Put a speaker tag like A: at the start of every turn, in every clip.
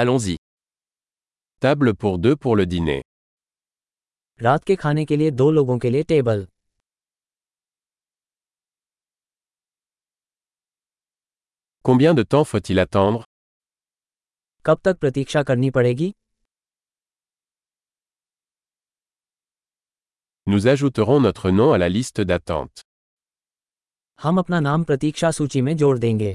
A: Allons-y. Table pour deux pour le dîner.
B: रात के खाने के लिए दो लोगों के लिए टेबल
A: Combien de temps faut-il attendre
B: कब तक प्रतीक्षा करनी पड़ेगी
A: Nous ajouterons notre nom à la liste d'attente.
B: हम अपना नाम प्रतीक्षा सूची में जोड़ देंगे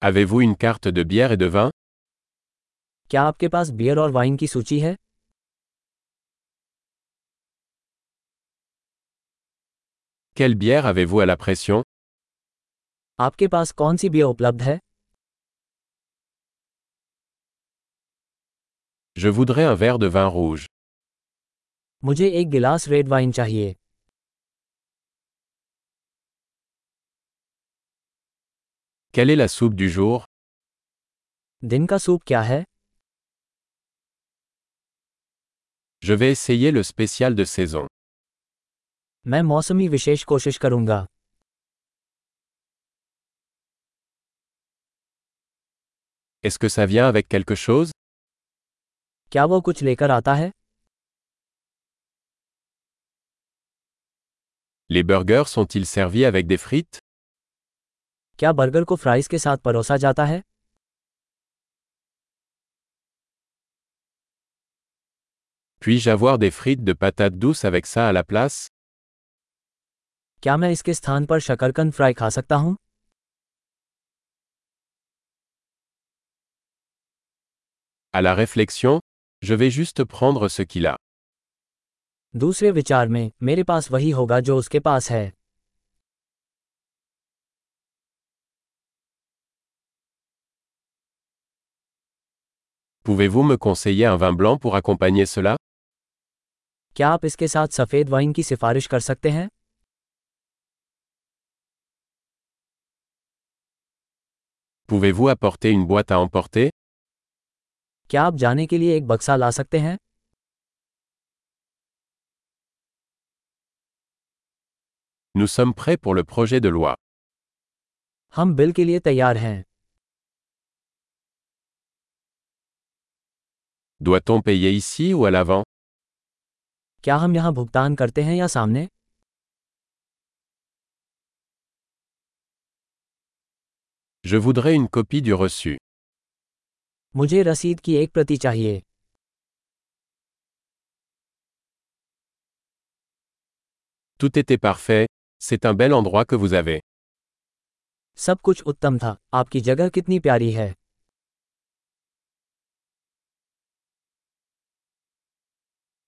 A: Avez-vous une carte de bière et de vin
B: क्या आपके पास बियर और वाइन की सूची है
A: Quelle bière avez-vous à la pression
B: आपके पास कौन सी बियर उपलब्ध है
A: Je voudrais un verre de vin rouge.
B: मुझे एक गिलास रेड वाइन चाहिए
A: Quelle est la soupe du jour
B: दिन का सूप क्या है
A: Je vais essayer le spécial de saison.
B: मैं मौसमी विशेष कोशिश करूंगा
A: Est-ce que ça vient avec quelque chose
B: क्या वो कुछ लेकर आता है
A: Les burgers sont-ils servis avec des frites
B: क्या बर्गर को फ्राइज के साथ परोसा जाता है
A: Puis-je avoir des frites de patates douces avec ça à la place
B: क्या मैं इसके स्थान पर शकरकंद फ्राई खा सकता हूँ
A: À la réflexion, je vais juste prendre ce qu'il a.
B: दूसरे विचार में मेरे पास वही होगा जो उसके पास है
A: Pouvez-vous me conseiller un vin blanc pour accompagner cela
B: क्या आप इसके साथ सफ़ेद वाइन की सिफारिश कर सकते हैं
A: Pouvez-vous apporter une boîte à emporter
B: क्या आप जाने के लिए एक बक्सा ला सकते हैं
A: Nous sommes prêts pour le projet de loi.
B: हम बिल के लिए तैयार हैं
A: Doit-on payer ici ou à l'avant
B: क्या हम यहाँ भुगतान करते हैं या सामने
A: Je voudrais une copie du reçu.
B: मुझे रसीद की एक प्रति चाहिए
A: Tout était parfait, c'est un bel endroit que vous avez.
B: सब कुछ उत्तम था आपकी जगह कितनी प्यारी है